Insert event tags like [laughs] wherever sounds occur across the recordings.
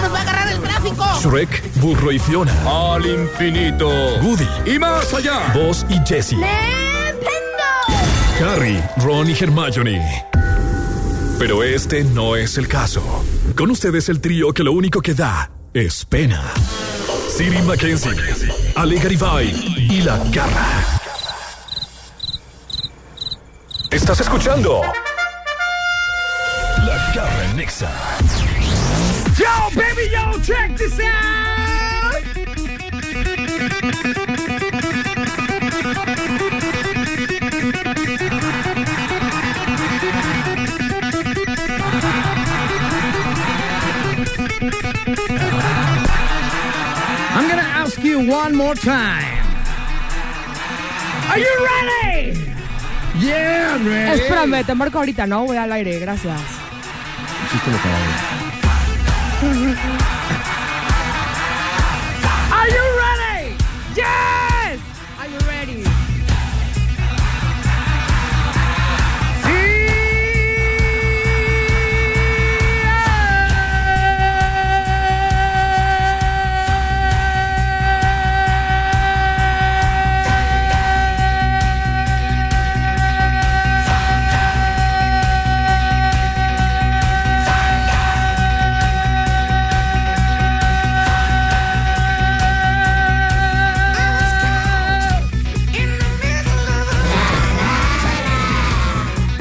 ¡Nos va a agarrar el tráfico! Shrek, Burro y Fiona. Al infinito. Woody, Y más allá. Buzz y Jessie. Harry, Ron y Hermione. Pero este no es el caso. Con ustedes el trío que lo único que da es pena. Siri Mackenzie, Ale Garibay y La Garra. Estás escuchando La Garra en Nexa. Yo, baby, yo, check this out. I'm gonna ask you one more time. Are you ready? Yeah, I'm ready. Espérame, te marco ahorita, ¿no? Voy al aire, gracias. Are you ready? ¡Yes! Are you ready?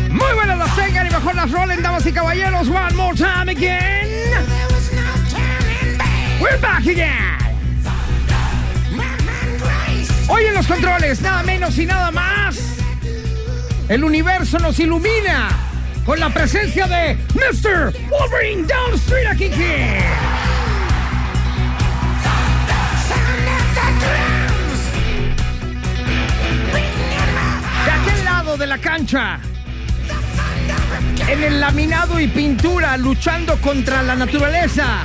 Muy buenas las tengan y mejor las rolen, damas y caballeros. One more time again. We're back again. Hoy en los controles, nada menos y nada más. El universo nos ilumina con la presencia de Mr. Wolverine Down Street aquí. De aquel lado de la cancha. En el laminado y pintura, luchando contra la naturaleza.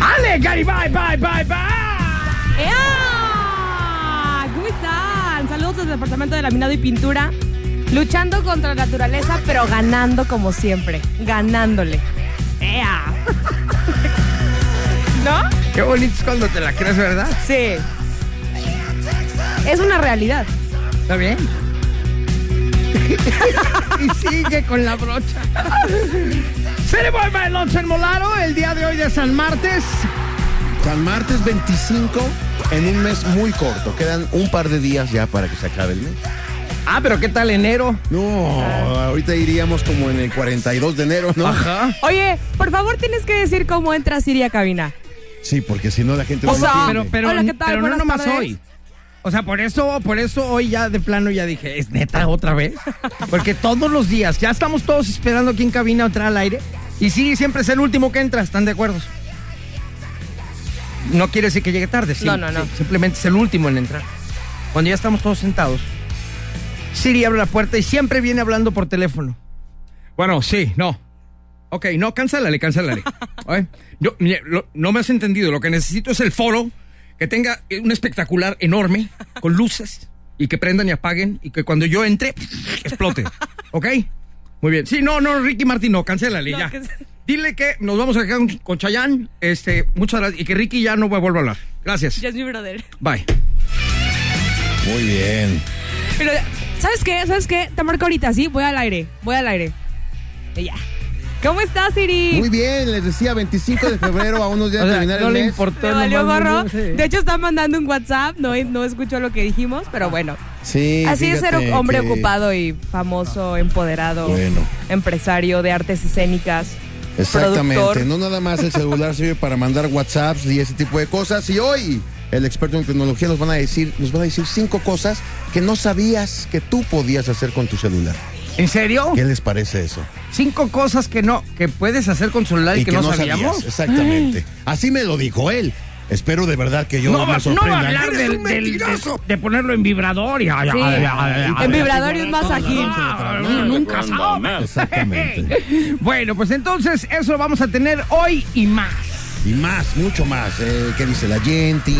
Ale, Gary, bye, bye, bye, bye. ¡Ea! ¿Cómo están? Saludos del Departamento de Laminado y Pintura. Luchando contra la naturaleza, pero ganando como siempre. Ganándole. ¡Ea! [laughs] ¿No? Qué bonito es cuando te la crees, ¿verdad? Sí. Es una realidad. Está bien. [laughs] y sigue con la brocha. Ceremony by Alonso en Molaro, el día de hoy de San Martes. San Martes 25 en un mes muy corto. Quedan un par de días ya para que se acabe el mes. Ah, pero ¿qué tal enero? No, ahorita iríamos como en el 42 de enero, ¿no? Ajá. Oye, por favor tienes que decir cómo entras Siri a cabina. Sí, porque si no la gente no O lo sea, entiende. Pero, pero, Hola, ¿qué tal? pero no Buenas nomás tardes. hoy. O sea, por eso, por eso hoy ya de plano ya dije, ¿es neta otra vez? Porque todos los días, ya estamos todos esperando aquí en cabina entrar al aire. Y sí, siempre es el último que entra, ¿están de acuerdo? No quiere decir que llegue tarde, sí. No, no, no. sí, simplemente es el último en entrar. Cuando ya estamos todos sentados, Siri abre la puerta y siempre viene hablando por teléfono. Bueno, sí, no. Ok, no, cancélale, [laughs] cancélale. Oye, yo- mire, lo- no me has entendido. Lo que necesito es el foro que tenga eh, un espectacular enorme con luces y que prendan y apaguen y que cuando yo entre explote. ¿Ok? Muy bien. Sí, no, no, Ricky Martín, no, cancélale No, ya. cancélale. Dile que nos vamos a quedar con Chayán. Este, muchas gracias. Y que Ricky ya no me vuelva a hablar. Gracias. Yes, mi brother. Bye. Muy bien. Pero, ¿sabes qué? ¿Sabes qué? Te marco ahorita, sí. Voy al aire. Voy al aire. Y ya. ¿Cómo estás, Siri? Muy bien, les decía 25 de febrero a unos días de terminar el mes. Me valió gorro. De hecho, está mandando un WhatsApp. No, no escuchó lo que dijimos, pero bueno. Sí, Así es ser fíjate hombre que- ocupado y famoso, empoderado, Bueno. empresario de artes escénicas. Exactamente, productor. no nada más el celular sirve para mandar WhatsApps y ese tipo de cosas. Y hoy el experto en tecnología nos van a decir, nos van a decir cinco cosas que no sabías que tú podías hacer con tu celular. ¿En serio? ¿Qué les parece eso? Cinco cosas que no, que puedes hacer con celular y, que, no, sabíamos. sabías, Exactamente. Así me lo dijo él. Espero de verdad que yo no, va, me no va a sorprenda. hablar ¡Eres del, un del- de, mentiroso! de ponerlo en vibrador y... ay, Sí. ay, ay, ay, En ay. vibrador y un masajín. Ah, uno nunca sabe. Exactamente. Bueno, pues entonces eso lo vamos a tener hoy y más. Y más, mucho más. Eh, ¿Qué dice la gente?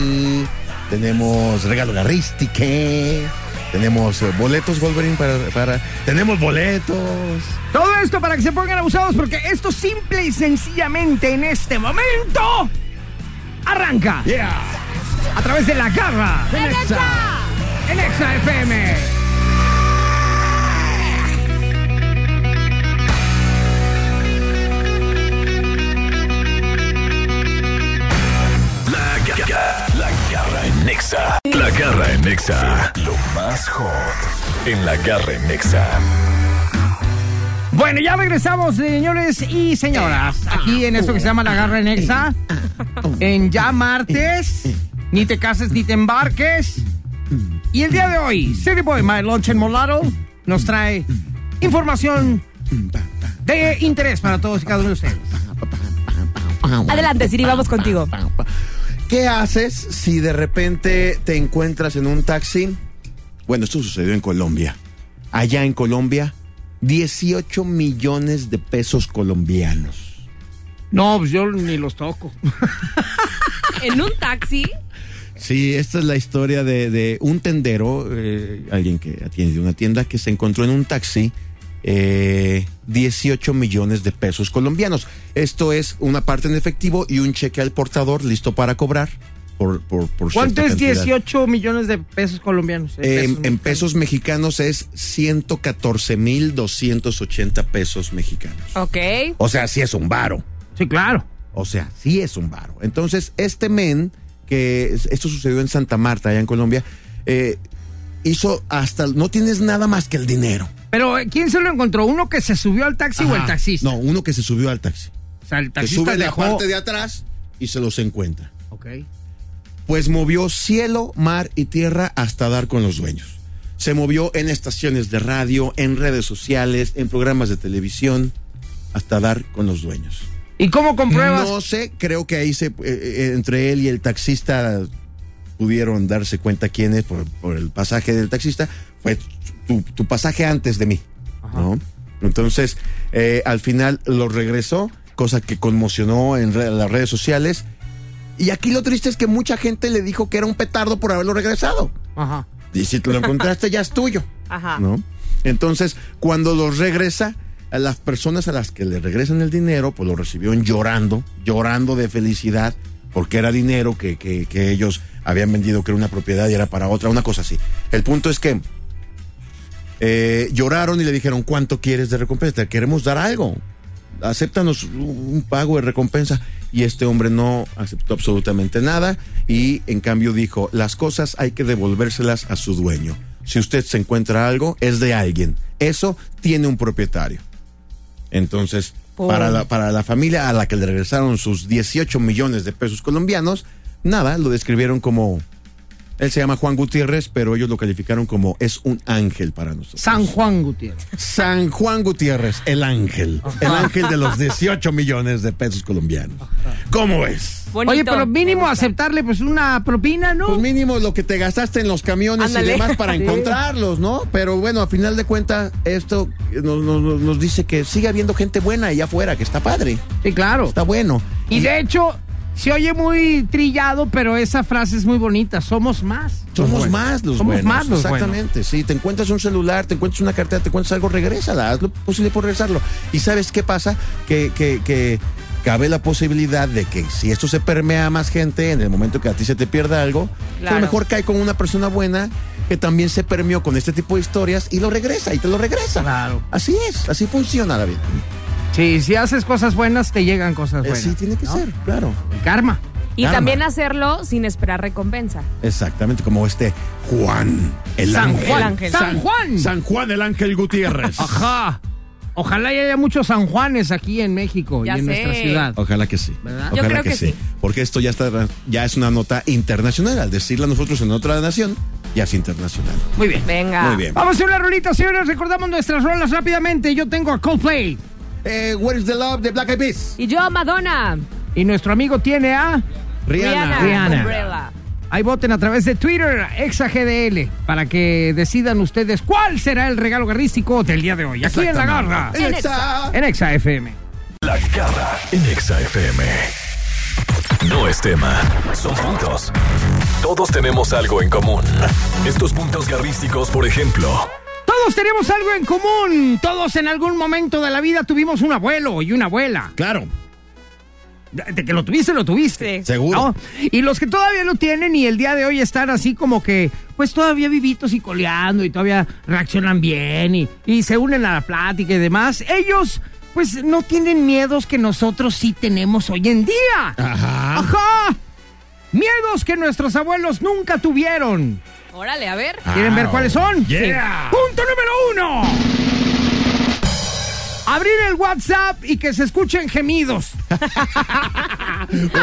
Tenemos regalo garristique. Tenemos eh, boletos, Wolverine, para, para- Tenemos boletos. Todo esto para que se pongan abusados porque esto simple y sencillamente en este momento arranca ¡Yeah! a través de la garra ¡En Exa! en Exa FM. La garra, la garra en Nexa. La garra en Nexa. Lo más hot en la garra en Nexa. Bueno, ya regresamos, señores y señoras. Aquí en esto que se llama la garra en Exa. En ya martes. Ni te cases ni te embarques. Y el día de hoy, City Boy My Lunch en Molaro nos trae información de interés para todos y cada uno de ustedes. Ah, Adelante, Siri, vamos contigo. ¿Qué haces si de repente te encuentras en un taxi? Bueno, esto sucedió en Colombia. Allá en Colombia, 18 millones de pesos colombianos. No, pues yo ni los [laughs] toco. ah. En un taxi. Sí, esta es la historia de, de un tendero, eh, alguien que atiende una tienda, que se encontró en un taxi eh, 18 millones de pesos colombianos. Esto es una parte en efectivo y un cheque al portador listo para cobrar. Por, por, por ¿Cuánto cierta es cantidad. 18 millones de pesos colombianos? Eh, en- en pesos mexicanos es 114 mil 280 pesos mexicanos. Ok. O sea, sí es un varo. Sí, claro. O sea, sí es un varo. Entonces, este men, que es- esto sucedió en Santa Marta, allá en Colombia, eh, hizo hasta. No tienes nada más que el dinero. Pero eh, ¿quién se lo encontró? ¿Uno que se subió al taxi o el Ajá. taxista? No, uno que se subió al taxi. O sea, el Que taxista sube a la dejó- parte de atrás y se los encuentra. Ok. pues movió cielo, mar y tierra hasta dar con los dueños. Se movió en estaciones de radio, en redes sociales, en programas de televisión, hasta dar con los dueños. ¿Y cómo compruebas? No sé, creo que ahí se, eh, eh, entre él y el taxista pudieron darse cuenta quién es por, por el pasaje del taxista. Fue tu, tu pasaje antes de mí. ¿no? Entonces, eh, al final lo regresó, cosa que conmocionó en re- las redes sociales. Y aquí lo triste es que mucha gente le dijo que era un petardo por haberlo regresado. Ajá. Y si te lo encontraste, ya es tuyo. Ajá. ¿no? Entonces, cuando los regresa, a las personas a las que le regresan el dinero, pues lo recibieron llorando, llorando de felicidad, porque era dinero que, que- que ellos habían vendido, que era una propiedad y era para otra, una cosa así. El punto es que eh, lloraron y le dijeron, ¿cuánto quieres de recompensa? Te queremos dar algo. Acéptanos un pago de recompensa. Y este hombre no aceptó absolutamente nada y en cambio dijo, las cosas hay que devolvérselas a su dueño. Si usted se encuentra algo, es de alguien. Eso tiene un propietario. Entonces, Por- para la, para la familia a la que le regresaron sus 18 millones de pesos colombianos, nada, lo describieron como... Él se llama Juan Gutiérrez, pero ellos lo calificaron como es un ángel para nosotros. San Juan Gutiérrez. San Juan Gutiérrez, el ángel. El ángel de los 18 millones de pesos colombianos. ¿Cómo es? Bonito. Oye, pero mínimo aceptarle pues una propina, ¿no? Pues mínimo lo que te gastaste en los camiones Ándale. y [laughs] demás para Sí. encontrarlos, ¿no? Pero bueno, a final de cuentas, esto nos, nos- nos dice que sigue habiendo gente buena allá afuera, que está padre, sí, claro. está bueno. Y de hecho, se oye muy trillado, pero esa frase es muy bonita. Somos más. Somos más los Somos buenos. más los Exactamente. Si te encuentras un celular, te encuentras una cartera, te encuentras algo, regrésala. Haz lo posible por regresarlo. ¿Y sabes qué pasa? Que, que, que cabe la posibilidad de que si esto se permea a más gente, en el momento que a ti se te pierda algo, a Claro. lo mejor cae con una persona buena que también se permeó con este tipo de historias y lo regresa y te lo regresa. Claro. Así es, así funciona la vida. Sí, si haces cosas buenas, te llegan cosas buenas. así Eh, tiene que Pues ¿no? ser, claro. El karma. Y Karma. también hacerlo sin esperar recompensa. Exactamente, como este Juan, el San ángel. Juan. El ángel. San Juan. San Juan el Ángel Gutiérrez. Ajá. Ojalá y haya muchos San Juanes aquí en México Ya y en sé. nuestra ciudad. Ojalá que sí. ¿Verdad? Yo Ojalá creo que sí. Porque esto ya está ya es una nota internacional. Al decirla nosotros en otra nación, jazz internacional. Muy bien. Venga. Muy bien. Vamos a una rolita, señores. Recordamos nuestras rolas rápidamente. Yo tengo a Coldplay. Eh, Where is the love de Black Eyed Peas? Y yo, Madonna. Y nuestro amigo tiene a. Rihanna. Rihanna. Rihanna. Umbrella. Ahí voten a través de Twitter, exagdl, para que decidan ustedes cuál será el regalo garrístico del día de hoy. Aquí en La Garra, En Exa. en Exa FM. La garra en Exa FM. No es tema, son puntos. Todos tenemos algo en común. Estos puntos garrísticos, por ejemplo, Todos tenemos algo en común. Todos en algún momento de la vida tuvimos un abuelo y una abuela. Claro. De que lo tuviste, lo tuviste. Sí. ¿No? Seguro. Y los que todavía lo tienen y el día de hoy están así como que, pues todavía vivitos y coleando y todavía reaccionan bien y, y se unen a la plática y demás, ellos pues no tienen miedos que nosotros sí tenemos hoy en día. Ajá. Ajá. Miedos que nuestros abuelos nunca tuvieron. Órale, a ver. ¿Quieren ver Ah, cuáles son? yeah. Sí. Punto número uno. Abrir el WhatsApp y que se escuchen gemidos.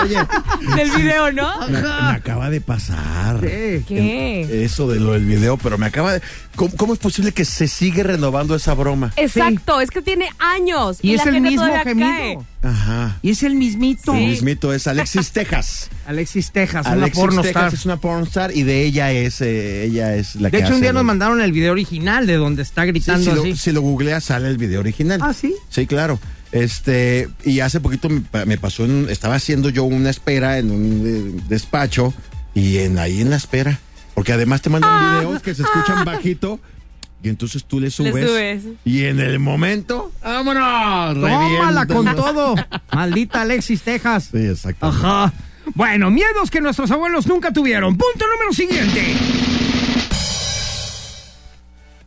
Oye, [laughs] Del video, ¿no? me, me acaba de pasar. ¿Qué? Eso de lo del video, pero me acaba de. ¿Cómo, cómo es posible que se sigue renovando esa broma? Exacto, es que tiene años. Y, la es el gente mismo todavía gemido. cae. Ajá. Y es el mismito. El mismito es Alexis Texas. Alexis Texas, Alexis una Texas pornostar. es una pornstar y de ella es eh, ella es la que De hecho, un hace día el- nos mandaron el video original de donde está Sí, gritando si, lo, así. si lo googleas sale el video original. Ah, ¿sí? Sí, claro. Este, y hace poquito me, pa- me pasó, en- estaba haciendo yo una espera en un eh, despacho y en ahí en la espera, porque además te mandan Ah. videos que se [laughs] escuchan bajito y entonces tú le subes, subes. y en el momento, Ah, vámonos, Tómala con reviéntanos. [laughs] todo. Maldita Alexis Texas. Sí, exacto. Ajá. Bueno, miedos que nuestros abuelos nunca tuvieron. Punto número siguiente.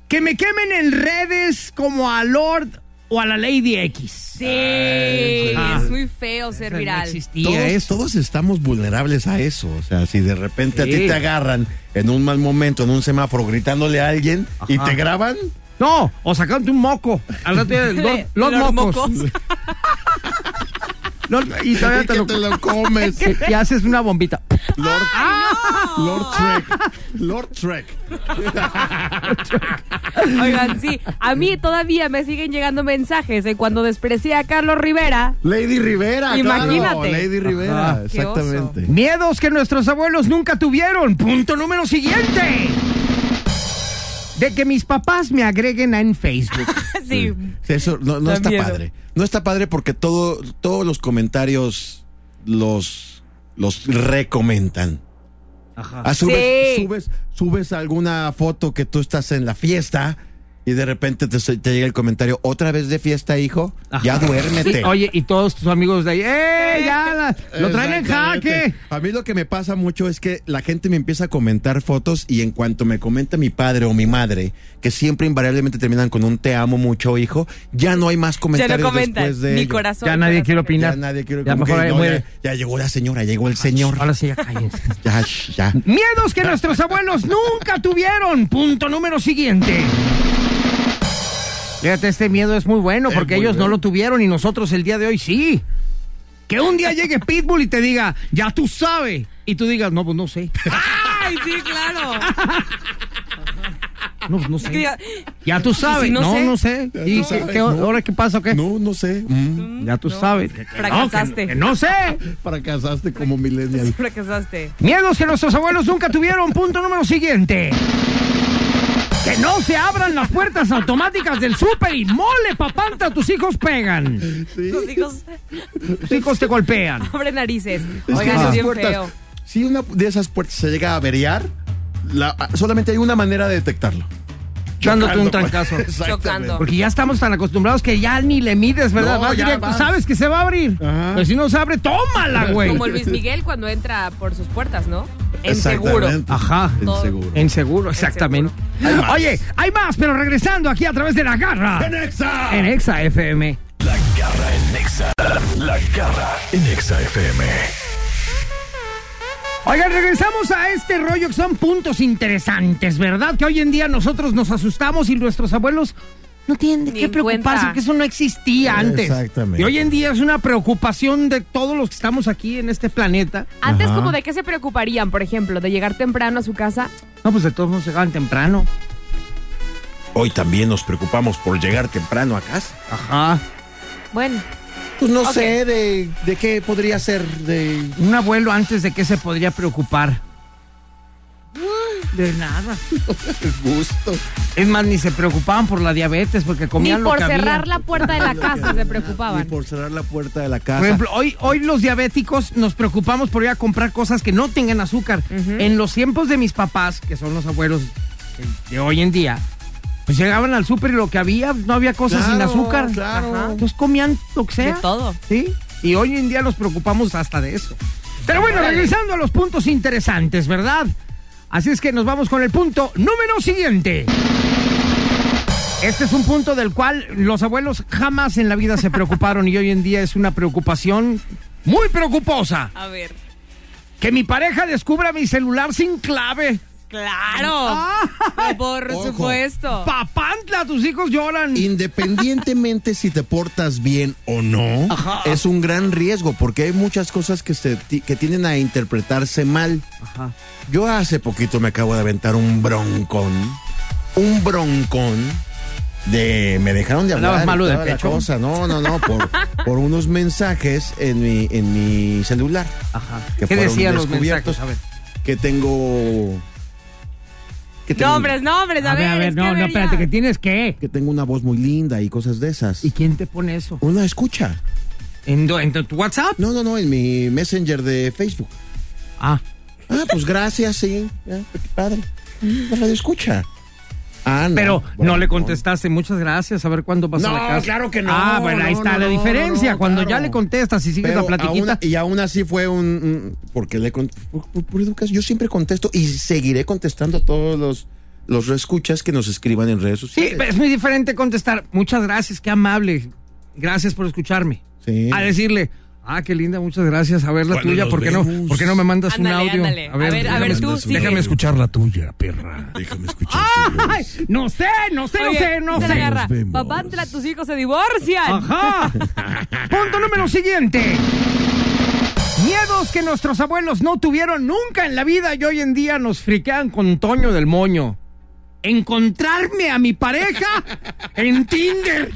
Que me quemen en redes como a Lord o a la Lady X. Sí, Ajá. es muy feo pues, ah, ser No viral. existía Todos, eso. todos estamos vulnerables a eso. O sea, si de repente a Sí. ti te agarran en un mal momento, en un semáforo, gritándole a alguien y Ajá. te graban, No, o sacándote un moco. Al rato ya- [laughs] los, los Los mocos. mocos. Los- y todavía [laughs] es que te lo, te [laughs] lo comes. y haces una bombita. Lord, [laughs] Lord Trek. Lord Trek. Oigan, sí, a mí todavía me siguen llegando mensajes de cuando desprecié a Carlos Rivera. [laughs] Lady Rivera. Imagínate. Claro, Lady Rivera. Ajá. Qué oso. Exactamente. Miedos que nuestros abuelos nunca tuvieron. Punto número siguiente. De que mis papás me agreguen en Facebook. Sí. Sí, Eso no, no Da está miedo. padre. No está padre porque todo, todos los comentarios los, los recomentan. Ajá. Ah, subes, Sí. subes, subes alguna foto que tú estás en la fiesta y de repente te, te llega el comentario, otra vez de fiesta, hijo, ya duérmete. Oye, y todos tus amigos de ahí, ¡eh! Ya la- lo traen en Exactamente. jaque. A mí lo que me pasa mucho es que la gente me empieza a comentar fotos y en cuanto me comenta mi padre o mi madre, que siempre invariablemente terminan con un te amo mucho, hijo, ya no hay más Ya comentarios lo después comentan. de Mi ello. corazón. Ya nadie corazón. quiere opinar. Ya nadie quiere Ya como que, mejor ahí no, muere. ya, ya llegó la señora, llegó el señor. [laughs] Ahora sí, ya cállense. Ya, sh, ya. Miedos que nuestros abuelos nunca tuvieron. Punto número siguiente. Fíjate, este miedo es muy bueno porque muy ellos no bueno. lo tuvieron y nosotros el día de hoy sí. Que un día llegue Pitbull y te diga, ya tú sabes. Y tú digas, no, pues no sé. Ay, sí, [laughs] claro. No, pues no [laughs] Es que sé. ya- Ya [laughs] tú sabes. no no, sé. no sé. Ya ¿Y tú qué- sabes, qué- no. ahora qué pasa o qué? No, no sé. Mm. ya tú sabes. Que- que no, que- Fracasaste. que no sé. Fracasaste como millennial. [laughs] Fracasaste. Miedos que nuestros abuelos nunca tuvieron. Punto número siguiente. Que no se abran las puertas automáticas del súper y mole, papanta, tus hijos pegan. Tus hijos [laughs] Tus hijos te golpean. abren narices. Es que Oigan, esas es bien puertas, feo. Si una de esas puertas se llega a averiar, la- solamente hay una manera de detectarlo. Dándote un trancazo. [laughs] Exactamente. Chocando. Porque ya estamos tan acostumbrados que ya ni le mides, ¿verdad? No, Vas ya directo, vas. sabes que se va a abrir. Ajá. Pero si no se abre, tómala, güey. Como Luis Miguel cuando entra por sus puertas, ¿no? En seguro. Exactamente. Ajá. En Todo. seguro. En seguro, exactamente. seguro. Hay más. Oye, hay más, pero regresando aquí a través de la garra. En Exa. En Exa FM. la garra en Exa. La garra en Exa FM. Oigan, regresamos a este rollo que son puntos interesantes, ¿verdad? Que hoy en día nosotros nos asustamos y nuestros abuelos no tienen de Ni qué en preocuparse, cuenta. porque eso no existía antes. Exactamente. Y hoy en día es una preocupación de todos los que estamos aquí en este planeta. Antes, Ajá. como de qué se preocuparían, por ejemplo, de llegar temprano a su casa. No, pues de todos modos llegaban temprano. Hoy también nos preocupamos por llegar temprano a casa. Ajá. Bueno, Pues no Ok. sé de, de qué podría ser de Un abuelo antes de qué se podría preocupar. De [laughs] nada. gusto. Es más, ni se preocupaban por la diabetes porque ni comían lo por que había. cerrar la [laughs] puerta de la casa se Y preocupaban. por cerrar la puerta de la casa. Por ejemplo, hoy, hoy los diabéticos nos preocupamos por ir a comprar cosas que no tengan azúcar. En los tiempos de mis papás, que son los abuelos de- de hoy en día, pues llegaban al súper y lo que había, pues, no había cosas sin Claro, azúcar. claro. Entonces comían lo que sea. De todo. Sí. Y hoy en día nos preocupamos hasta de eso. Pero bueno, regresando a los puntos interesantes, ¿verdad? Así es que nos vamos con el punto número siguiente. Este es un punto del cual los abuelos jamás en la vida se preocuparon y hoy en día es una preocupación muy preocuposa. A ver. Que mi pareja descubra mi celular sin clave. Ah. Claro. Por Ojo. supuesto. Papantla, tus hijos lloran. [laughs] Independientemente si te portas bien o no, Ajá. es un gran riesgo porque hay muchas cosas que, se ti- que tienden a interpretarse mal. Ajá. Yo hace poquito me acabo de aventar un broncón. Un broncón de. Me dejaron de hablar. Andabas y malo de toda la pecho. cosa. No, no, no. Por, por unos mensajes en mi, en mi celular. Ajá. Que ¿Qué, fueron decían los descubiertos. mensajes? A ver. Que tengo. Que tengo, Nombres, nombres, Pues, a, ver. es que no, no, ya. espérate, que tienes que. que tengo una voz muy linda y cosas de esas. ¿Y quién te pone eso? Una escucha. ¿En, do- en tu WhatsApp? No, no, no, en mi Messenger de Facebook. Ah. Ah, pues gracias, sí. ya, qué padre. La radio escucha. Ah, no. Pero bueno, no le contestaste, muchas gracias, a ver cuándo vas a la No, casa. claro que no, Ah, bueno, ahí no, está no, la no, diferencia. no, no, Cuando ya claro. le contestas y sigues Pero la platiquita. aún- y aún así fue un. un- porque le con- por, por- por educación. Yo siempre contesto y seguiré contestando a todos los, los reescuchas que nos escriban en redes Sí, sociales. es muy diferente contestar, muchas gracias, qué amable, gracias por escucharme. Sí. A decirle, ah, qué linda, muchas gracias, a ver la Cuando tuya, nos ¿por qué, no, vemos. ¿por qué no me mandas un Ándale, audio? ándale. A ver, a ver, déjame- tú, sí. Déjame escuchar. escuchar la tuya, perra. Déjame escuchar. [laughs] ¡Ay! No sé, no sé, Oye, no sé, no se la sé. agarra. Nos vemos. Papá, entre tus hijos se divorcian. [laughs] Ajá. Punto número siguiente. Miedos que nuestros abuelos no tuvieron nunca en la vida y hoy en día nos friquean con Toño del Moño. Encontrarme a mi [laughs] pareja en Tinder.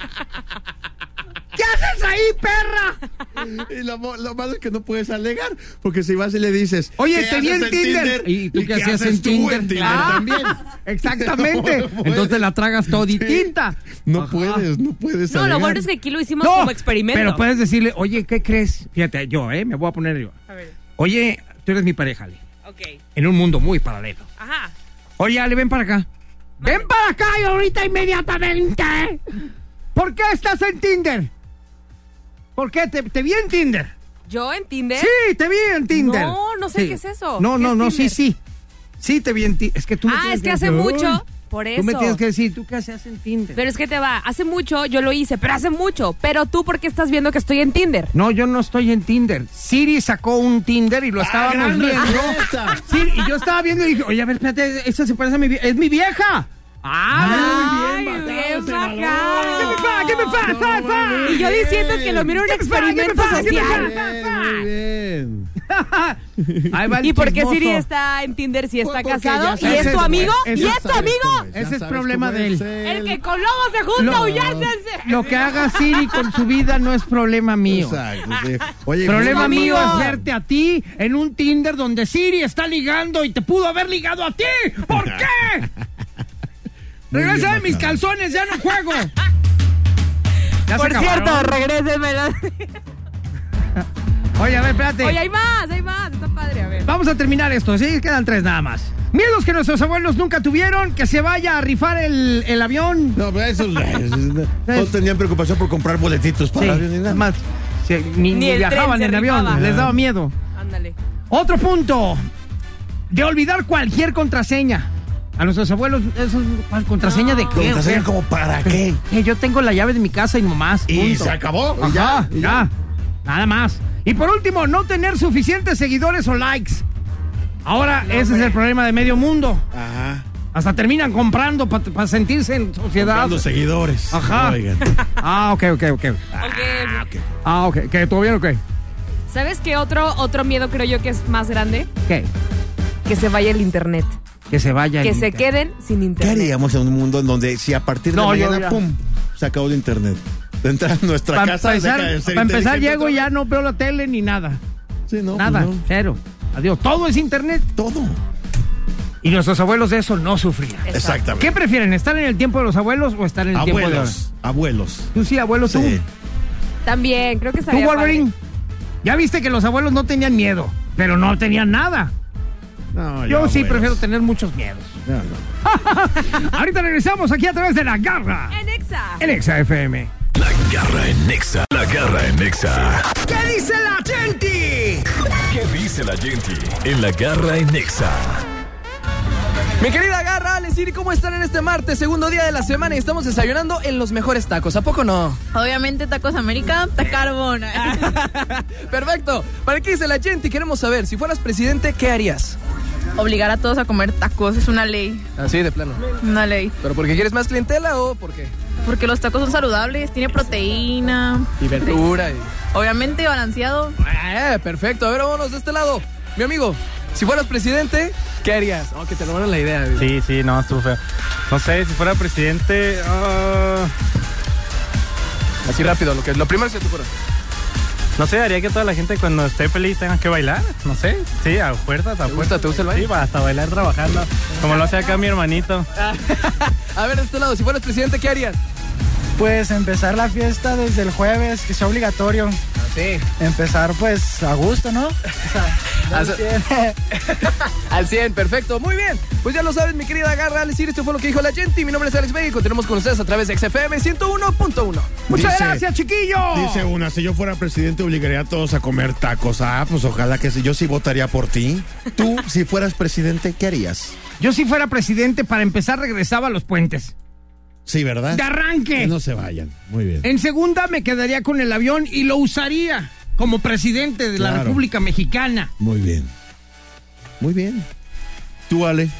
¿Qué haces ahí, perra? [laughs] Y lo, mo- lo malo es que no puedes alegar, porque si vas y le dices, Oye, "¿Qué te vi haces en Tinder? ¿Y tú qué, hacías haces en tú Tinder? Ah, también? Exactamente. [laughs] No puedes. Entonces te la tragas toditita. No Ajá. puedes, no puedes. No, lo alegar. bueno es que aquí lo hicimos como experimento. Pero puedes decirle, oye, ¿qué crees? Fíjate, yo, ¿eh? Me voy a poner yo. A ver, Oye, tú eres mi pareja, Ale. ok. En un mundo muy paralelo. Ajá. Oye, Ale, ven para acá. Ven para acá y ahorita inmediatamente. ¿Por qué estás en Tinder? ¿Por qué? Te, te vi en Tinder. ¿Yo en Tinder? Sí, te vi en Tinder. No, no sé Sí. qué es eso. No, ¿Qué no, es no, sí, Tinder? sí. Sí, te vi en Tinder. Es que tú me Ah, tienes es que hace mucho. Por Tú me eso. tienes que decir, ¿tú qué haces en Tinder? Pero es que te va, hace mucho yo lo hice, pero hace mucho. Pero tú, ¿por qué estás viendo que estoy en Tinder? No, yo no estoy en Tinder. Siri sacó un Tinder y Ah, lo estábamos gran viendo. respuesta. Sí, y yo estaba viendo y dije, oye, a ver, espérate, esa se parece a mi vieja. ¡Es mi vieja! ¡Ah! Ay, bien bajado, se bajado. ¿Qué me pasa? ¿Qué me pasa? No, muy Y yo diciendo que lo miro en un ¿Qué me pasa? ¿Qué me experimento pasa? ¿Qué me social. Bien, muy bien. Ahí va el ¿Y por qué chismoso. Siri está en Tinder si está Porque casado? ya ¿Y es sabes tu cómo amigo? es, ¿Y ya es tu sabes cómo amigo? Ese ya es sabes problema cómo de es él. El que con lobo se junta, Lo- huyársense. Lo que haga Siri con su vida no es problema mío. Exacto, [laughs] sí. Oye, Problema mira, mío amigo. es verte a ti en un Tinder donde Siri está ligando y te pudo haber ligado a ti. ¿Por qué? [laughs] Muy bien Regresa de mis bajado. calzones, ya no juego. [laughs] Ya se Por acabaron. cierto, regrésenme. Oye, a ver, espérate. Oye, hay más, hay más. Está padre, a ver. Vamos a terminar esto, ¿sí? Quedan tres nada más. Miedos que nuestros abuelos nunca tuvieron, que se vaya a rifar el, el avión. No, pero eso no tenían preocupación por comprar boletitos Sí, para ni nada. es más, sí, ni, Ni ni el tren viajaban se en avión, rifaba. les daba miedo. Ándale. Otro punto, de olvidar cualquier contraseña. A nuestros abuelos, eso es ¿cuál contraseña de qué? Contraseña o qué? como para qué. Que yo tengo la llave de mi casa y nomás. Y punto. se acabó. y Ajá, ya, y ya. Nada más. Y por último, no tener suficientes seguidores o likes. Ahora, ese es el problema de medio mundo. Ajá. Hasta terminan comprando para sentirse en sociedad. Dando seguidores. Ajá. Oigan. [laughs] Ah, ok, ok, ok. Ok. Ah, ok. ¿Qué? ¿Todo bien o qué? ¿Sabes qué otro, otro miedo creo yo que es más grande? ¿Qué? Que se vaya el internet. Que se vayan. Que se queden sin ¿Qué internet. haríamos en un mundo en donde si a partir de No, yo mañana, ya. pum, se acabó el internet? De entrar a nuestra Para casa. deja empezar, de ser pa' empezar inteligente llego otra y ya vez. no veo la tele ni nada. Sí, no, pues Nada, no. cero. Adiós. Todo es internet. Todo. Y nuestros abuelos de eso no sufrían. Exactamente. ¿Qué prefieren? ¿Estar en el tiempo de los abuelos o estar en el tiempo de ahora? Abuelos. Abuelos. Tú sí, abuelo, tú. Sí. También, creo que Tú, estaría Wolverine. Ya viste que los abuelos no tenían miedo, pero no tenían nada. No, Yo ya, sí abuelos. prefiero tener muchos miedos. No, no. Ahorita regresamos aquí a través de la garra. padre. En Exa. En Exa FM. La garra en Nexa. La garra en Nexa. ¿Qué dice la gente? ¿Qué dice la gente? En la garra en Nexa. Mi querida Garra, les diré cómo están en este martes, segundo día de la semana y estamos desayunando en los mejores tacos, ¿a poco no? Obviamente Tacos América, Tacarbona. Ah. Perfecto, ¿para qué dice la gente? Queremos saber, si fueras presidente, ¿qué harías? [laughs] Obligar a todos a comer tacos es una ley, Así de plano. una ley. ¿Pero porque quieres más clientela o por qué? Porque los tacos son saludables, tiene proteína, Y verdura y... obviamente balanceado. Eh, perfecto, a ver, vámonos de este lado. Mi amigo, si fueras presidente, ¿qué harías? Oh, que te robaron la idea. güey. Sí, sí, no, estuvo feo. No sé, si fuera presidente. ah, Así rápido, lo que lo primero que se te ocurra. no sé, haría que toda la gente cuando esté feliz tenga que bailar. No sé, sí, a fuerzas, a ¿Te gusta- fuerzas. te gusta el baile? Sí, hasta bailar trabajando. Como lo hace acá mi hermanito. A ver, de este lado, si fueras presidente, ¿qué harías? Pues empezar la fiesta desde el jueves, que sea obligatorio. Ah, Sí. Empezar pues a [laughs] gusto, ¿no? Al 100, perfecto, muy bien. Pues ya lo sabes, mi querida Garra, decir esto fue lo que dijo la gente. Mi nombre es Alex Vega y continuamos con ustedes a través de XFM 101.1. Muchas Dice- gracias, chiquillo. Dice una, si yo fuera presidente obligaría a todos a comer tacos. Ah, pues ojalá que sí. Yo sí votaría por ti. [laughs] Tú, si fueras presidente, ¿qué harías? Yo si fuera presidente, para empezar regresaba a los puentes. Sí, ¿verdad? De arranque. Que no se vayan. Muy bien. En segunda me quedaría con el avión y lo usaría como presidente de la Claro. República Mexicana. Muy bien. Muy bien. Tú, Ale.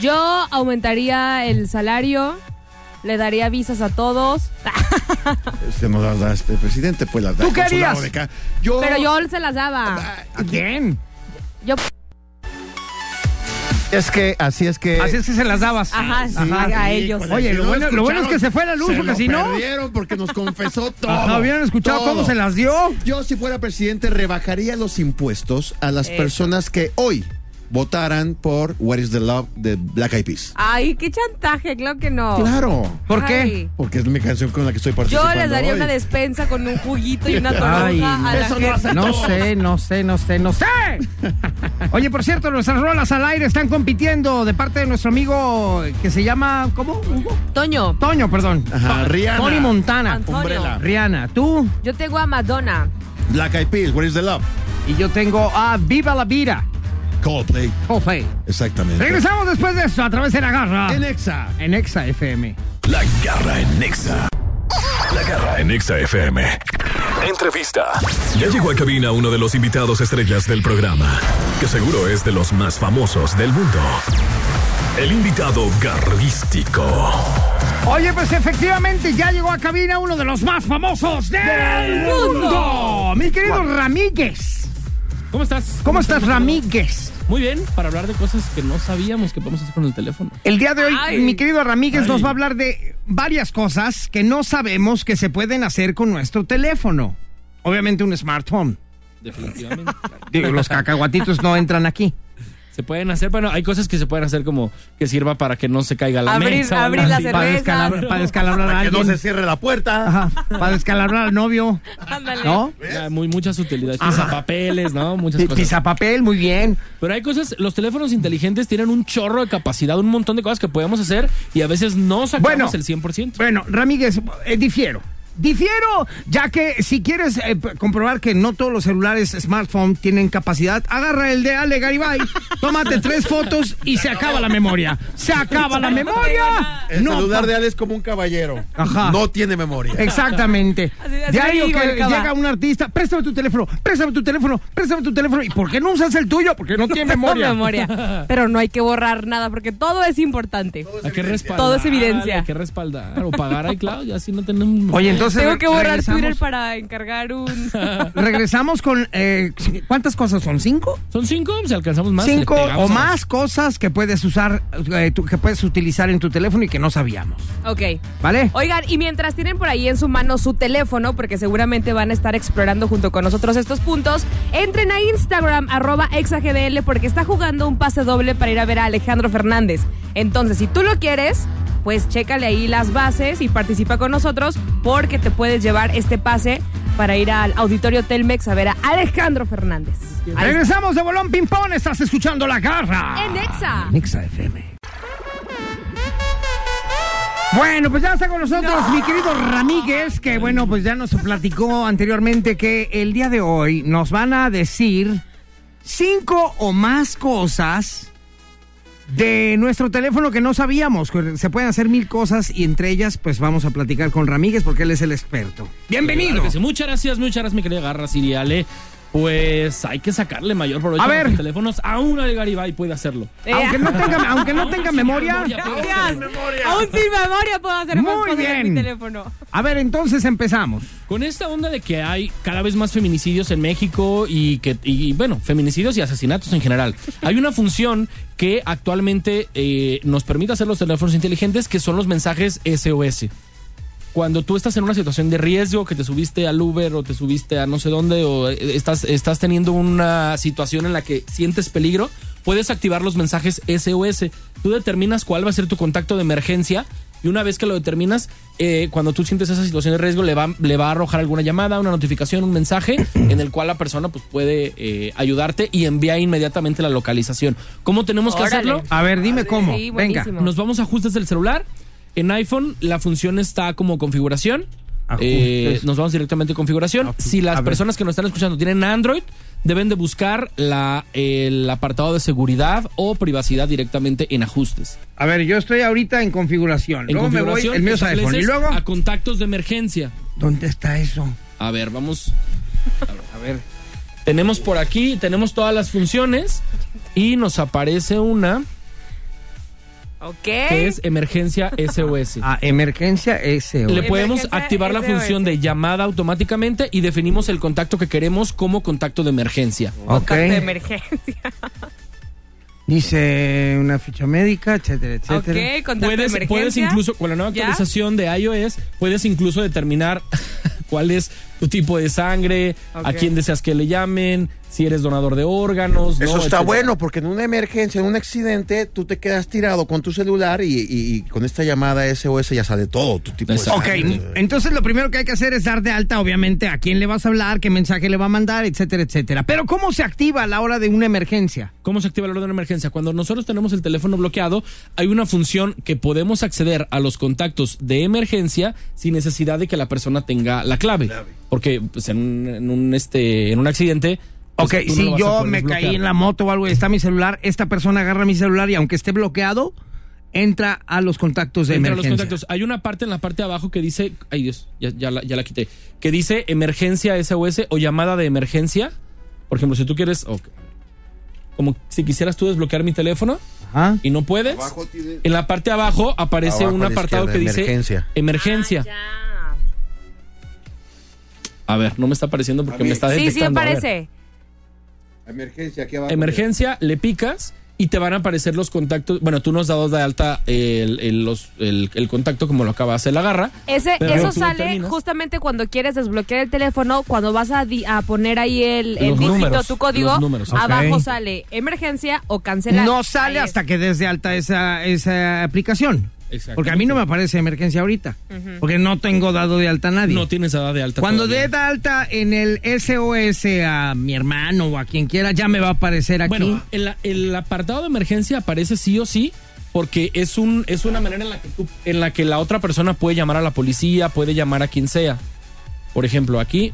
Yo aumentaría el salario, le daría visas a todos, Este no las da este presidente, pues las da. ¿Tú el qué consulado harías? de acá. Yo. pero yo se las daba. Ah, ¿A quién? Yo, Es que, así es que. Así es que se las dabas. ajá, Sí, a- Eh, sí, a ellos. pues, Oye, si lo no bueno- lo bueno es que se fue la luz, se porque lo si no- perdieron porque nos confesó [laughs] todo. Ajá, ¿Hubieran escuchado Todo. cómo se las dio? Yo, si fuera presidente, rebajaría los impuestos a las personas que hoy votaran por What is the Love de Black Eyed Peas. Ay, qué chantaje, claro que no. Claro, ¿Por qué? Ay. porque es mi canción con la que estoy participando. Yo les daría hoy. una despensa con un juguito y una toronja Ay, a la eso no gente. hace No sé, no sé, no sé, no sé. Oye, por cierto, nuestras rolas al aire están compitiendo de parte de nuestro amigo que se llama, ¿cómo? Hugo? Toño, Toño, perdón. Ajá, Rihanna. Tony Montana. Antonio. Umbrella. Rihanna, tú. yo tengo a Madonna. Black Eyed Peas, What is the Love. Y yo tengo a Viva la Vida. Coldplay. Coldplay. Exactamente. Regresamos después de esto a través de la garra. En Exa. En Exa FM. La garra en Nexa. La garra en Nexa FM. Entrevista. Ya llegó a cabina uno de los invitados estrellas del programa, que seguro es de los más famosos del mundo. El invitado garrístico. Oye, pues efectivamente ya llegó a cabina uno de los más famosos del mundo. Mi querido Ramírez. ¿Cómo estás? ¿Cómo estás, Ramírez? Muy bien, para hablar de cosas que no sabíamos que podemos hacer con el teléfono. El día de hoy, Ay. mi querido Ramírez Ay. nos va a hablar de varias cosas que no sabemos que se pueden hacer con nuestro teléfono. Obviamente un smartphone. Definitivamente. [laughs] Digo, los cacahuatitos no entran aquí. se pueden hacer, bueno, hay cosas que se pueden hacer como que sirva para que no se caiga la Abrir- mesa. o abrir algo la así. cerveza. Para descalabrar, para descalabrar a Que no se alguien. cierre la puerta. Ajá, para descalabrar al novio. ¿No? Ya, muy, muchas utilidades. Ajá. Pisapapeles, ¿no? Muchas cosas. Pisapapel, muy bien. Pero hay cosas, los teléfonos inteligentes tienen un chorro de capacidad, un montón de cosas que podemos hacer y a veces no Bueno. sacamos el 100%. Bueno, Ramírez, eh, difiero. Difiero, ya que si quieres eh, p- comprobar que no todos los celulares smartphone tienen capacidad, agarra el de Ale Garibay, tómate tres fotos y se acaba la memoria. Se acaba la memoria. El No, celular pa- de Ale es como un caballero. Ajá. No tiene memoria. Exactamente. Así- así Diario me digo, que el cava. llega un artista, préstame tu teléfono, préstame tu teléfono, préstame tu teléfono. ¿Y por qué no usas el tuyo? Porque no tiene [laughs] memoria. Con memoria. Pero no hay que borrar nada porque todo es importante. Hay que respaldar. Todo es evidencia. Hay que respaldar o pagar a iCloud y así no [laughs] tenemos. Oye, Entonces, Tengo que re- borrar regresamos- Twitter para encargar un. Regresamos con. eh, ¿Cuántas cosas son? ¿Cinco? Son cinco, si alcanzamos más. le Cinco pegamos o a- más cosas que puedes usar, eh, tú- que puedes utilizar en tu teléfono y que no sabíamos. Ok. ¿Vale? Oigan, y mientras tienen por ahí en su mano su teléfono, porque seguramente van a estar explorando junto con nosotros estos puntos, entren a Instagram, arroba exagdl, porque está jugando un pase doble para ir a ver a Alejandro Fernández. Entonces, si tú lo quieres, pues chécale ahí las bases y participa con nosotros, porque te puedes llevar este pase para ir al auditorio Telmex a ver a Alejandro Fernández. Ahí está. Regresamos de Bolón Pimpón, estás escuchando La Garra. En Exa. En Exa FM. Bueno, pues ya está con nosotros mi querido Ramírez, que bueno, pues ya nos platicó anteriormente que el día de hoy nos van a decir cinco o más cosas de nuestro teléfono que no sabíamos. que Se pueden hacer mil cosas y entre ellas, pues vamos a platicar con Ramírez porque él es el experto. Bienvenido. Claro que sí. Muchas gracias, muchas gracias, mi querida Garra Siriale. Pues hay que sacarle mayor provecho A ver. los teléfonos. Aún el Garibay puede hacerlo. Eh, Aunque [laughs] no tenga, aunque no Aún tenga sin memoria. puede Gracias. hacerlo. Aún sin memoria puedo hacer Muy más cosas en bien. mi teléfono. A ver, entonces empezamos. Con esta onda de que hay cada vez más feminicidios en México y que y, bueno, feminicidios y asesinatos en general. Hay una función que actualmente eh, nos permite hacer los teléfonos inteligentes que son los mensajes SOS. Cuando tú estás en una situación de riesgo, que te subiste al Uber o te subiste a no sé dónde o eh, estás, estás teniendo una situación en la que sientes peligro, puedes activar los mensajes SOS. Tú determinas cuál va a ser tu contacto de emergencia y una vez que lo determinas, eh, cuando tú sientes esa situación de riesgo, le va, le va a arrojar alguna llamada, una notificación, un mensaje en el cual la persona pues, puede eh, ayudarte y envía inmediatamente la localización. ¿Cómo tenemos que Órale. hacerlo? A ver, dime cómo. Ah, Sí, Venga. buenísimo. Nos vamos a ajustes del celular. En iPhone la función está como configuración. Ajustes. Eh, nos vamos directamente a configuración. si a las ver. personas que nos están escuchando tienen Android, deben de buscar la, el apartado de seguridad o privacidad directamente en ajustes. A ver, yo estoy ahorita en configuración. En luego configuración, me voy el mío es estableces iPhone. Y luego. a contactos de emergencia. ¿Dónde está eso? A ver, vamos. A ver. Tenemos por aquí, tenemos todas las funciones y nos aparece una Ok. que es emergencia SOS. A emergencia SOS. Le podemos Emergencia activar la SOS. función de llamada automáticamente y definimos el contacto que queremos como contacto de emergencia. Ok. Contacto de emergencia. Dice una ficha médica, etcétera, etcétera. Ok, contacto de Puedes, emergencia. puedes incluso, con la nueva ¿Ya? actualización de iOS, puedes incluso determinar [laughs] cuál es tu tipo de sangre, a Ok. quién deseas que le llamen, si eres donador de órganos. Eso no, está etcétera. bueno, porque en una emergencia, en un accidente, tú te quedas tirado con tu celular y, y- y con esta llamada SOS ya sale todo tu tipo de Exacto. Ok, sangre. entonces lo primero que hay que hacer es dar de alta, obviamente, a quién le vas a hablar, qué mensaje le va a mandar, etcétera, etcétera. Pero ¿cómo se activa a la hora de una emergencia? ¿Cómo se activa el orden de emergencia? Cuando nosotros tenemos el teléfono bloqueado, hay una función que podemos acceder a los contactos de emergencia sin necesidad de que la persona tenga la clave. Porque pues, en, un, en un, este, en un accidente. pues, Ok, tú no lo si vas a yo poder me bloquear. caí en la moto o algo y está mi celular, esta persona agarra mi celular y aunque esté bloqueado, entra a los contactos de Entre los emergencia. contactos, hay una parte en la parte de abajo que dice, ay Dios, ya, ya la, ya la quité, que dice emergencia SOS o llamada de emergencia. Por ejemplo, si tú quieres, ok. como si quisieras tú desbloquear mi teléfono Ajá. y no puedes, Abajo tiene- en la parte de abajo aparece Abajo un a la apartado que izquierda, dice emergencia. emergencia. Ah, A ver, no me está apareciendo porque A mí. me está ya. Sí, sí detectando. a ver. aparece. Emergencia, aquí abajo. Emergencia, le picas y te van a aparecer los contactos. Bueno, tú nos has dado de alta el, el- los- el- el contacto como lo acaba de hacer la garra. Ese, Pero eso tú sale determinas. justamente cuando quieres desbloquear el teléfono, cuando vas a, di- a poner ahí el, el Los dígito, números, tu código, los números, ok. abajo sale emergencia o cancelar. No sale Ahí hasta es. que des de alta esa, esa aplicación. Exactamente. Porque a mí no me aparece emergencia ahorita. Porque no tengo dado de alta a nadie. No tienes nada de alta. Cuando todavía. dé de alta en el SOS a mi hermano o a quien quiera, ya me va a aparecer aquí. Bueno, el, el apartado de emergencia aparece sí o sí. Porque es un es una manera en la que tú- en la que la otra persona puede llamar a la policía, puede llamar a quien sea. Por ejemplo, aquí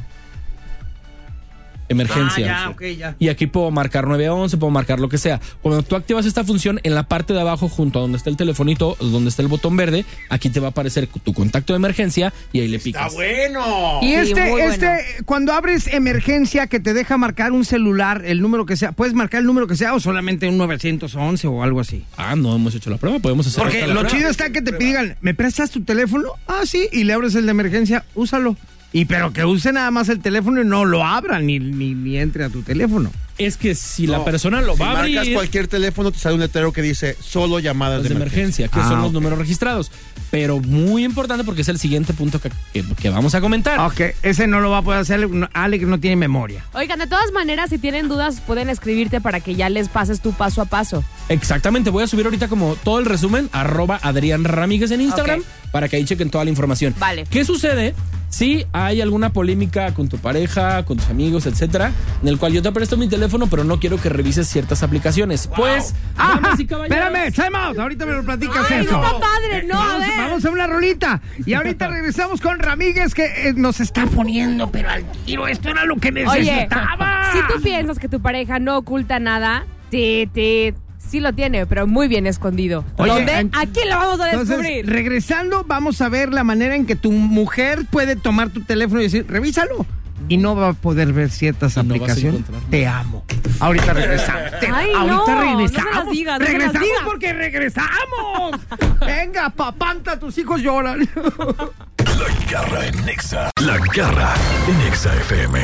emergencia. Ah, ya, ok, ya. Y aquí puedo marcar 911, puedo marcar lo que sea. Cuando tú activas esta función, en la parte de abajo, junto a donde está el telefonito, donde está el botón verde, aquí te va a aparecer tu contacto de emergencia y ahí le picas. bueno! Y Sí, este, muy este, cuando abres emergencia que te deja marcar un celular, el número que sea, puedes marcar el número que sea o solamente un 911 o algo así. Ah, no hemos hecho la prueba, podemos hacer Porque ahorita la lo prueba. chido está que te pidan, ¿me prestas tu teléfono? Ah, sí, y le abres el de emergencia, úsalo. Y pero que use nada más el teléfono y no lo abra ni, ni, ni entre a tu teléfono. es que si la No, persona lo si va a abrir, marcas cualquier teléfono, te sale un letrero que dice solo llamadas las de, de emergencia, que Ah, son los ok. números registrados. Pero muy importante porque es el siguiente punto que, que- que vamos a comentar. Ok, ese no lo va a poder hacer, no, Alex no tiene memoria. Oigan, de todas maneras, si tienen dudas, pueden escribirte para que ya les pases tu paso a paso. Exactamente, voy a subir ahorita como todo el resumen, arroba Adrián Ramírez en Instagram, Ok. para que ahí chequen toda la información. Vale. ¿Qué sucede si hay alguna polémica con tu pareja, con tus amigos, etcétera, en el cual yo te presto mi teléfono, pero no quiero que revises ciertas aplicaciones? Pues, ¡Ah! damas y caballeros, [laughs] Espérame, time out. Ahorita me lo platicas Ay, eso. no está padre, no, a vamos, ver. vamos a una rolita. Y [laughs] ahorita regresamos con Ramírez que eh, nos está poniendo, pero al tiro. Esto era lo que Oye, necesitaba. si tú piensas que tu pareja no oculta nada, ti, ti, sí lo tiene, pero muy bien escondido. Oye, ¿Dónde? en- Aquí lo vamos a Entonces, descubrir. regresando, vamos a ver la manera en que tu mujer puede tomar tu teléfono y decir, revísalo. Y no va a poder ver ciertas Y no vas a aplicaciones. encontrar. Te amo. Ahorita regresamos. Te- Ay, ahorita no, no regresamos. me las digas, no me las regresamos digas. porque regresamos. Venga, papanta, tus hijos [laughs] lloran. Garra en Nexa. La garra en Nexa FM.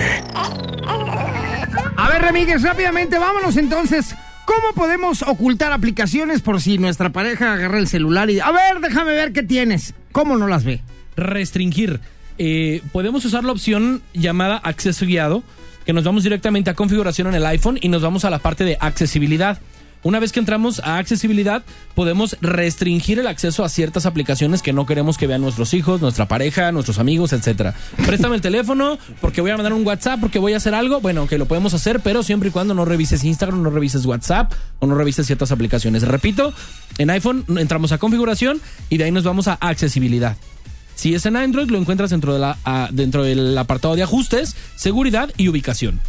A ver, Remigues, rápidamente, vámonos entonces. ¿Cómo podemos ocultar aplicaciones por si nuestra pareja agarra el celular y... A ver, déjame ver qué tienes. ¿Cómo no las ve? restringir. Eh, podemos usar la opción llamada acceso guiado, que nos vamos directamente a configuración en el iPhone y nos vamos a la parte de accesibilidad. Una vez que entramos a accesibilidad, podemos restringir el acceso a ciertas aplicaciones que no queremos que vean nuestros hijos, nuestra pareja, nuestros amigos, etcétera. Préstame el teléfono porque voy a mandar un WhatsApp, porque voy a hacer algo. Bueno, que lo podemos hacer, pero siempre y cuando no revises Instagram, no revises WhatsApp o no revises ciertas aplicaciones. Repito, en iPhone entramos a configuración y de ahí nos vamos a accesibilidad. Si es en Android, lo encuentras dentro, de la, ah, dentro del apartado de ajustes, seguridad y ubicación.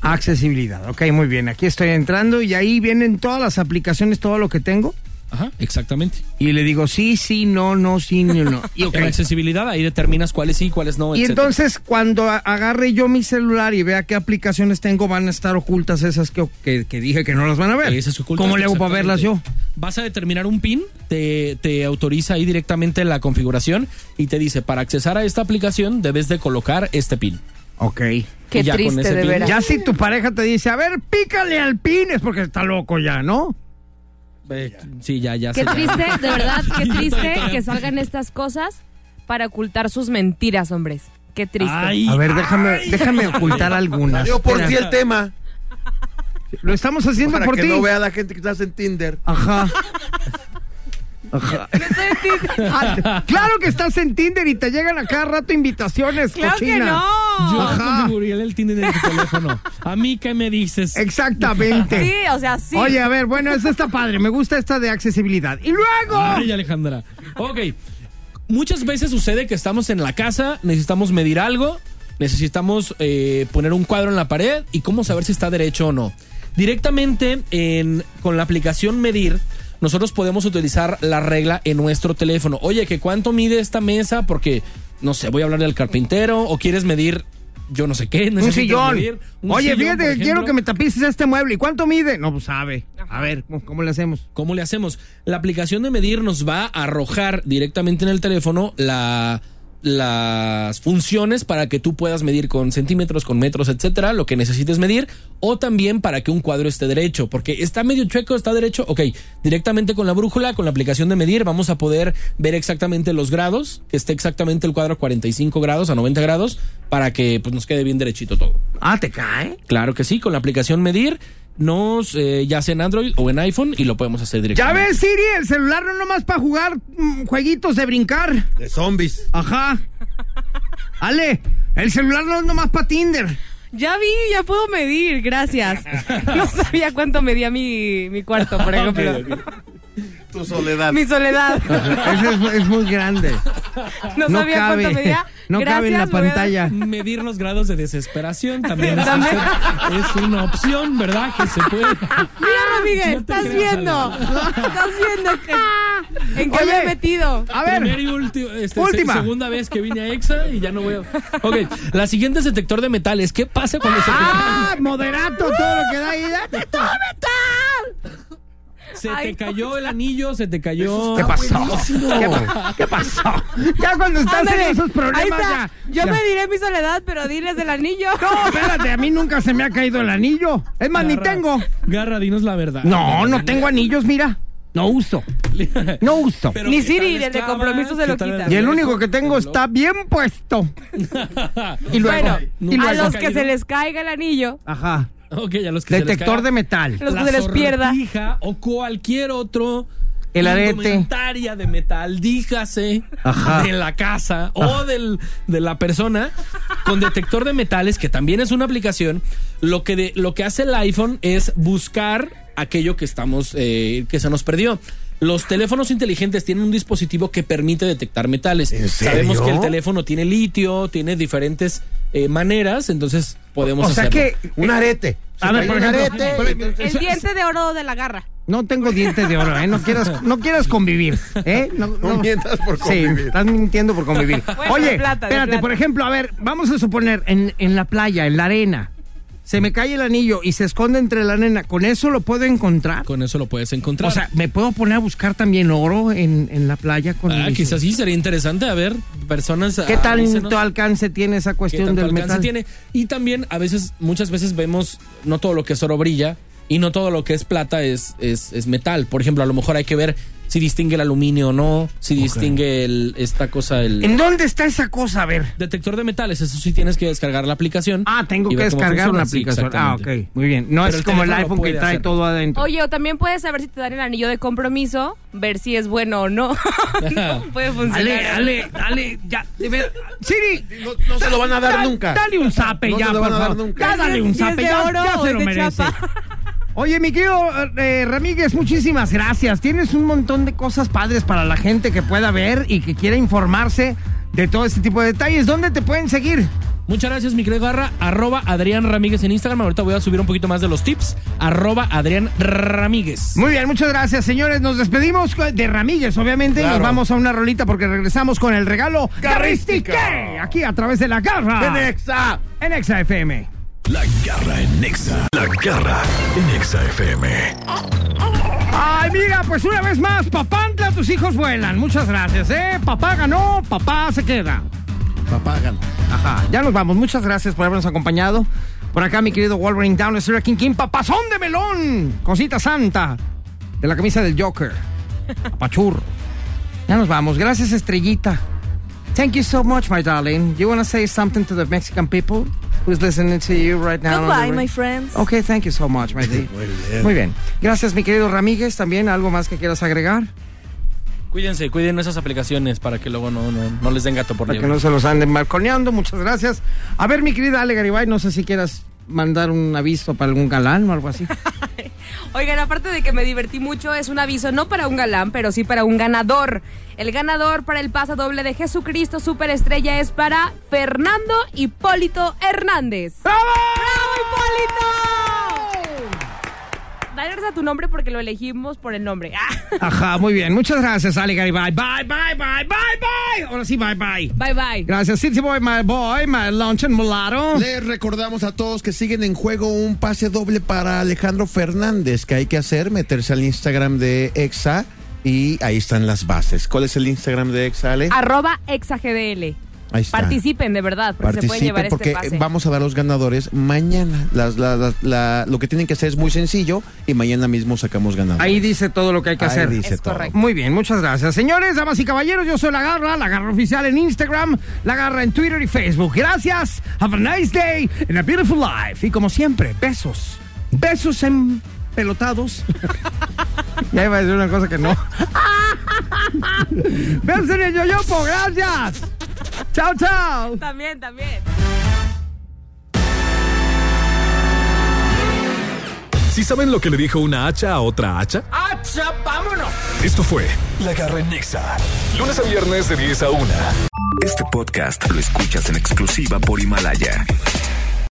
Accesibilidad, ok, muy bien. Aquí estoy entrando y ahí vienen todas las aplicaciones, todo lo que tengo. Ajá, exactamente. Y le digo sí, sí, no, no, sí, no, no. [laughs] Y, ok. En accesibilidad ahí determinas cuáles sí, cuáles no. Y etcétera. entonces cuando a- agarre yo mi celular y vea qué aplicaciones tengo, van a estar ocultas esas que, que- que dije que no las van a ver. Esas que ocultas, ¿Cómo le hago para verlas exactamente. yo? Vas a determinar un PIN, te, te autoriza ahí directamente la configuración y te dice, para accesar a esta aplicación debes de colocar este PIN. Ok. Qué Y ya con triste ese de pin- veras. Ya si tu pareja te dice, a ver, pícale al pin, es porque está loco ya, ¿no? Eh, sí, ya, ya. Qué sé, ya. triste, de [laughs] verdad, qué Sí, triste ya. que salgan estas cosas para ocultar sus mentiras, hombres. Qué triste. Ay, A ver, déjame, déjame ocultar algunas. Yo por ti Espera, el tema. Lo estamos haciendo Para por que ti. no vea la gente que estás en Tinder. Ajá. Ajá. Ah, [laughs] claro que estás en Tinder y te llegan a cada rato invitaciones. Claro que cochina. no. yo Ajá. configuré el Tinder en tu teléfono. A mí, ¿qué me dices? Exactamente. Sí, o sea, sí. Oye, a ver, bueno, esta está padre. Me gusta esta de accesibilidad. Y luego. Ay, Alejandra. Ok. Muchas veces sucede que estamos en la casa, necesitamos medir algo, necesitamos eh, poner un cuadro en la pared y cómo saber si está derecho o no. Directamente en- con la aplicación Medir, nosotros podemos utilizar la regla en nuestro teléfono. Oye, que cuánto mide esta mesa? Porque, no sé, voy a hablarle al carpintero o quieres medir, yo no sé qué. un necesitas sillón. medir un Oye, sillón, por fíjate que quiero ejemplo. que me tapices este mueble. ¿Y cuánto mide? No, pues sabe. A ver, ¿cómo, cómo le hacemos? ¿Cómo le hacemos? La aplicación de medir nos va a arrojar directamente en el teléfono la- las funciones para que tú puedas medir con centímetros, con metros, etcétera, lo que necesites medir, o también para que un cuadro esté derecho, porque está medio chueco, está derecho, ok, directamente con la brújula, con la aplicación de medir, vamos a poder ver exactamente los grados, que esté exactamente el cuadro a 45 grados, a 90 grados, para que pues, nos quede bien derechito todo. Ah, ¿te cae? Claro que sí, con la aplicación medir, nos, eh, ya sea en Android o en iPhone, y lo podemos hacer Ya directamente. ves, Siri, el celular no nomás para jugar mm, jueguitos de brincar. De zombies. Ajá. Ale, el celular no es nomás para Tinder. Ya vi, ya [laughs] puedo medir, gracias. No sabía cuánto medía mi, mi cuarto, por ejemplo. Tu soledad. Mi soledad. Eso es, es muy grande. [laughs] No, No sabía cabe. cuánto medía. No cabe en la Gracias, voy a- pantalla. Medir los grados de desesperación también es, También. es una opción, ¿verdad? Que se puede. Ah, Mira, Rodríguez, No te estás creas, viendo. Alba. Estás viendo que, en qué me Oye. he metido. A ver. Primera y ulti- este, se- Última. segunda vez que vine a EXA y ya no voy a. Ok, la siguiente es detector de metales. ¿Qué pasa cuando se, Ah, moderato todo lo que da ahí. Date todo metal. se ay, te no. cayó el anillo? ¿Se te cayó? ¿Qué pasó? ¿Qué, pa- qué pasó? Ya cuando estás Ándale, en esos problemas ahí está. ya. Yo ya. me diré mi soledad, pero diles del anillo. No, espérate, a mí nunca se me ha caído el anillo. Es más, ni Garra- tengo. Garra, dinos la verdad. No, no tengo anillos, mira. No uso. No uso. Pero Ni ¿qué Siri tal de estaba? compromiso se ¿Qué lo tal quita. el Y el reloj? único que tengo está bien puesto. Y luego. bueno, y a luego. los que Caído. se les caiga el anillo, Ajá. [laughs] Ok, a los que se les Detector caiga. de metal. los que la se les pierda. sortija o cualquier otro El arete. indumentaria de metal, dígase Ajá. de la casa o del, de la persona con detector de metales, que también es una aplicación. Lo que, de, lo que hace el iPhone es buscar aquello que estamos eh, que se nos perdió. Los teléfonos inteligentes tienen un dispositivo que permite detectar metales. ¿En serio? Sabemos que el teléfono tiene litio, tiene diferentes eh, maneras, entonces podemos O sea hacerlo. que. eh, Un arete. A ver, por ejemplo. por- el diente de oro de la garra. No tengo dientes de oro, ¿eh? No quieras, no quieras convivir, ¿eh? No, No mientas por Sí, convivir. estás mintiendo por convivir. [laughs] Bueno, Oye, de plata, de espérate, plata. por ejemplo, a ver, vamos a suponer en, en la playa, en la arena, se me cae el anillo y se esconde entre la arena, ¿con eso lo puedo encontrar? Con eso lo puedes encontrar. O sea, ¿me puedo poner a buscar también oro en, en la playa? con Ah, mis- quizás sí, sería interesante a ver personas. ¿Qué ah, tanto avísenos alcance tiene esa qué cuestión tanto del alcance metal? tiene. Y también, a veces, muchas veces vemos, no todo lo que es oro brilla y no todo lo que es plata es, es, es metal. Por ejemplo, a lo mejor hay que ver si distingue el aluminio o no, si distingue el, esta cosa, el ¿En dónde está esa cosa? A ver. detector de metales. Eso sí tienes que descargar la aplicación. Ah, tengo y que ver cómo descargar funciona. una Sí, aplicación. ah, exactamente. ok, muy bien. No Pero es el como el teléfono lo iPhone que puede trae hacer. todo adentro. Oye, o también puedes saber si te dan el anillo de compromiso, ver si es bueno o no. [laughs] no [laughs] puede funcionar. Ale, ale, ale, ya, de ver- Siri. No, no se lo van a dar dal- nunca. Dale un zape No ya, te lo por van a dar favor. nunca. Ya dale un Si es zape, de ya, oro ya o se es lo de merece. chapa. Oye, mi querido eh, Ramírez, muchísimas gracias. Tienes un montón de cosas padres para la gente que pueda ver y que quiera informarse de todo este tipo de detalles. ¿Dónde te pueden seguir? Muchas gracias, mi querido Garra. Arroba Adrián Ramírez en Instagram. Ahorita voy a subir un poquito más de los tips. Arroba Adrián Ramírez. Muy bien, muchas gracias, señores. Nos despedimos de Ramírez, obviamente, y nos vamos a una rolita porque regresamos con el regalo Garrística. Garristique, aquí a través de la garra. En Exa. en Exa FM. La garra en Nexa. La garra en Nexa FM. Ay, mira, pues una vez más, papantla, tus hijos vuelan. Muchas gracias, ¿eh? Papá ganó, papá se queda. Papá, gana. Ajá, ya nos vamos. Muchas gracias por habernos acompañado. Por acá, mi querido Wolverine Down, Sir King King, papazón de melón. Cosita santa. De la camisa del Joker. Apachurro. Ya nos vamos. Gracias, estrellita. Thank you so much, my darling. You want to say something to the Mexican people who's listening to you right now? on the Goodbye, radio? my friends. Ok, thank you so much, my dear. Muy bien. Muy bien. Gracias, mi querido Ramírez. También, ¿algo más que quieras agregar? Cuídense, cuiden esas aplicaciones para que luego no, no, no les den gato por Para que liebre. no se los anden balconeando. Muchas gracias. A ver, mi querida Ale Garibay, no sé si quieras mandar un aviso para algún galán o algo así. Oigan, aparte de que me divertí mucho, es un aviso no para un galán, pero sí para un ganador. El ganador para el pase doble de Jesucristo Superestrella es para Fernando Hipólito Hernández. ¡Bravo! Dale gracias a tu nombre porque lo elegimos por el nombre. Ah. Ajá, muy bien. Muchas gracias, Ale Garibay. Bye, bye, bye, bye, bye. Ahora sí, bye, bye. Bye bye. Gracias, City Boy, my boy, my lunch and mulatto. Les recordamos a todos que siguen en juego un pase doble para Alejandro Fernández. que hay que hacer? Meterse al Instagram de Exa y ahí están las bases. ¿Cuál es el Instagram de Exa, Ale? Arroba exagdl. Ahí está. Participen de verdad, porque se pueden llevar Participen porque este pase. vamos a dar los ganadores mañana. Las- la- la- la- lo que tienen que hacer es muy sencillo y mañana mismo sacamos ganadores. Ahí dice todo lo que hay que Ahí hacer. dice Es todo. correcto. Muy bien, muchas gracias. Señores, damas y caballeros, yo soy La Garra, La Garra Oficial en Instagram, La Garra en Twitter y Facebook. Gracias, have a nice day and a beautiful life. Y como siempre, besos. Besos en pelotados. ya iba a decir una cosa que no. [laughs] besos en el yoyopo, gracias. Chao, chao. También, también. ¿Sí saben lo que le dijo una hacha a otra hacha? ¡Acha, vámonos! Esto fue La Garra en Nexa. Lunes a viernes de 10 a 1. Este podcast lo escuchas en exclusiva por Himalaya.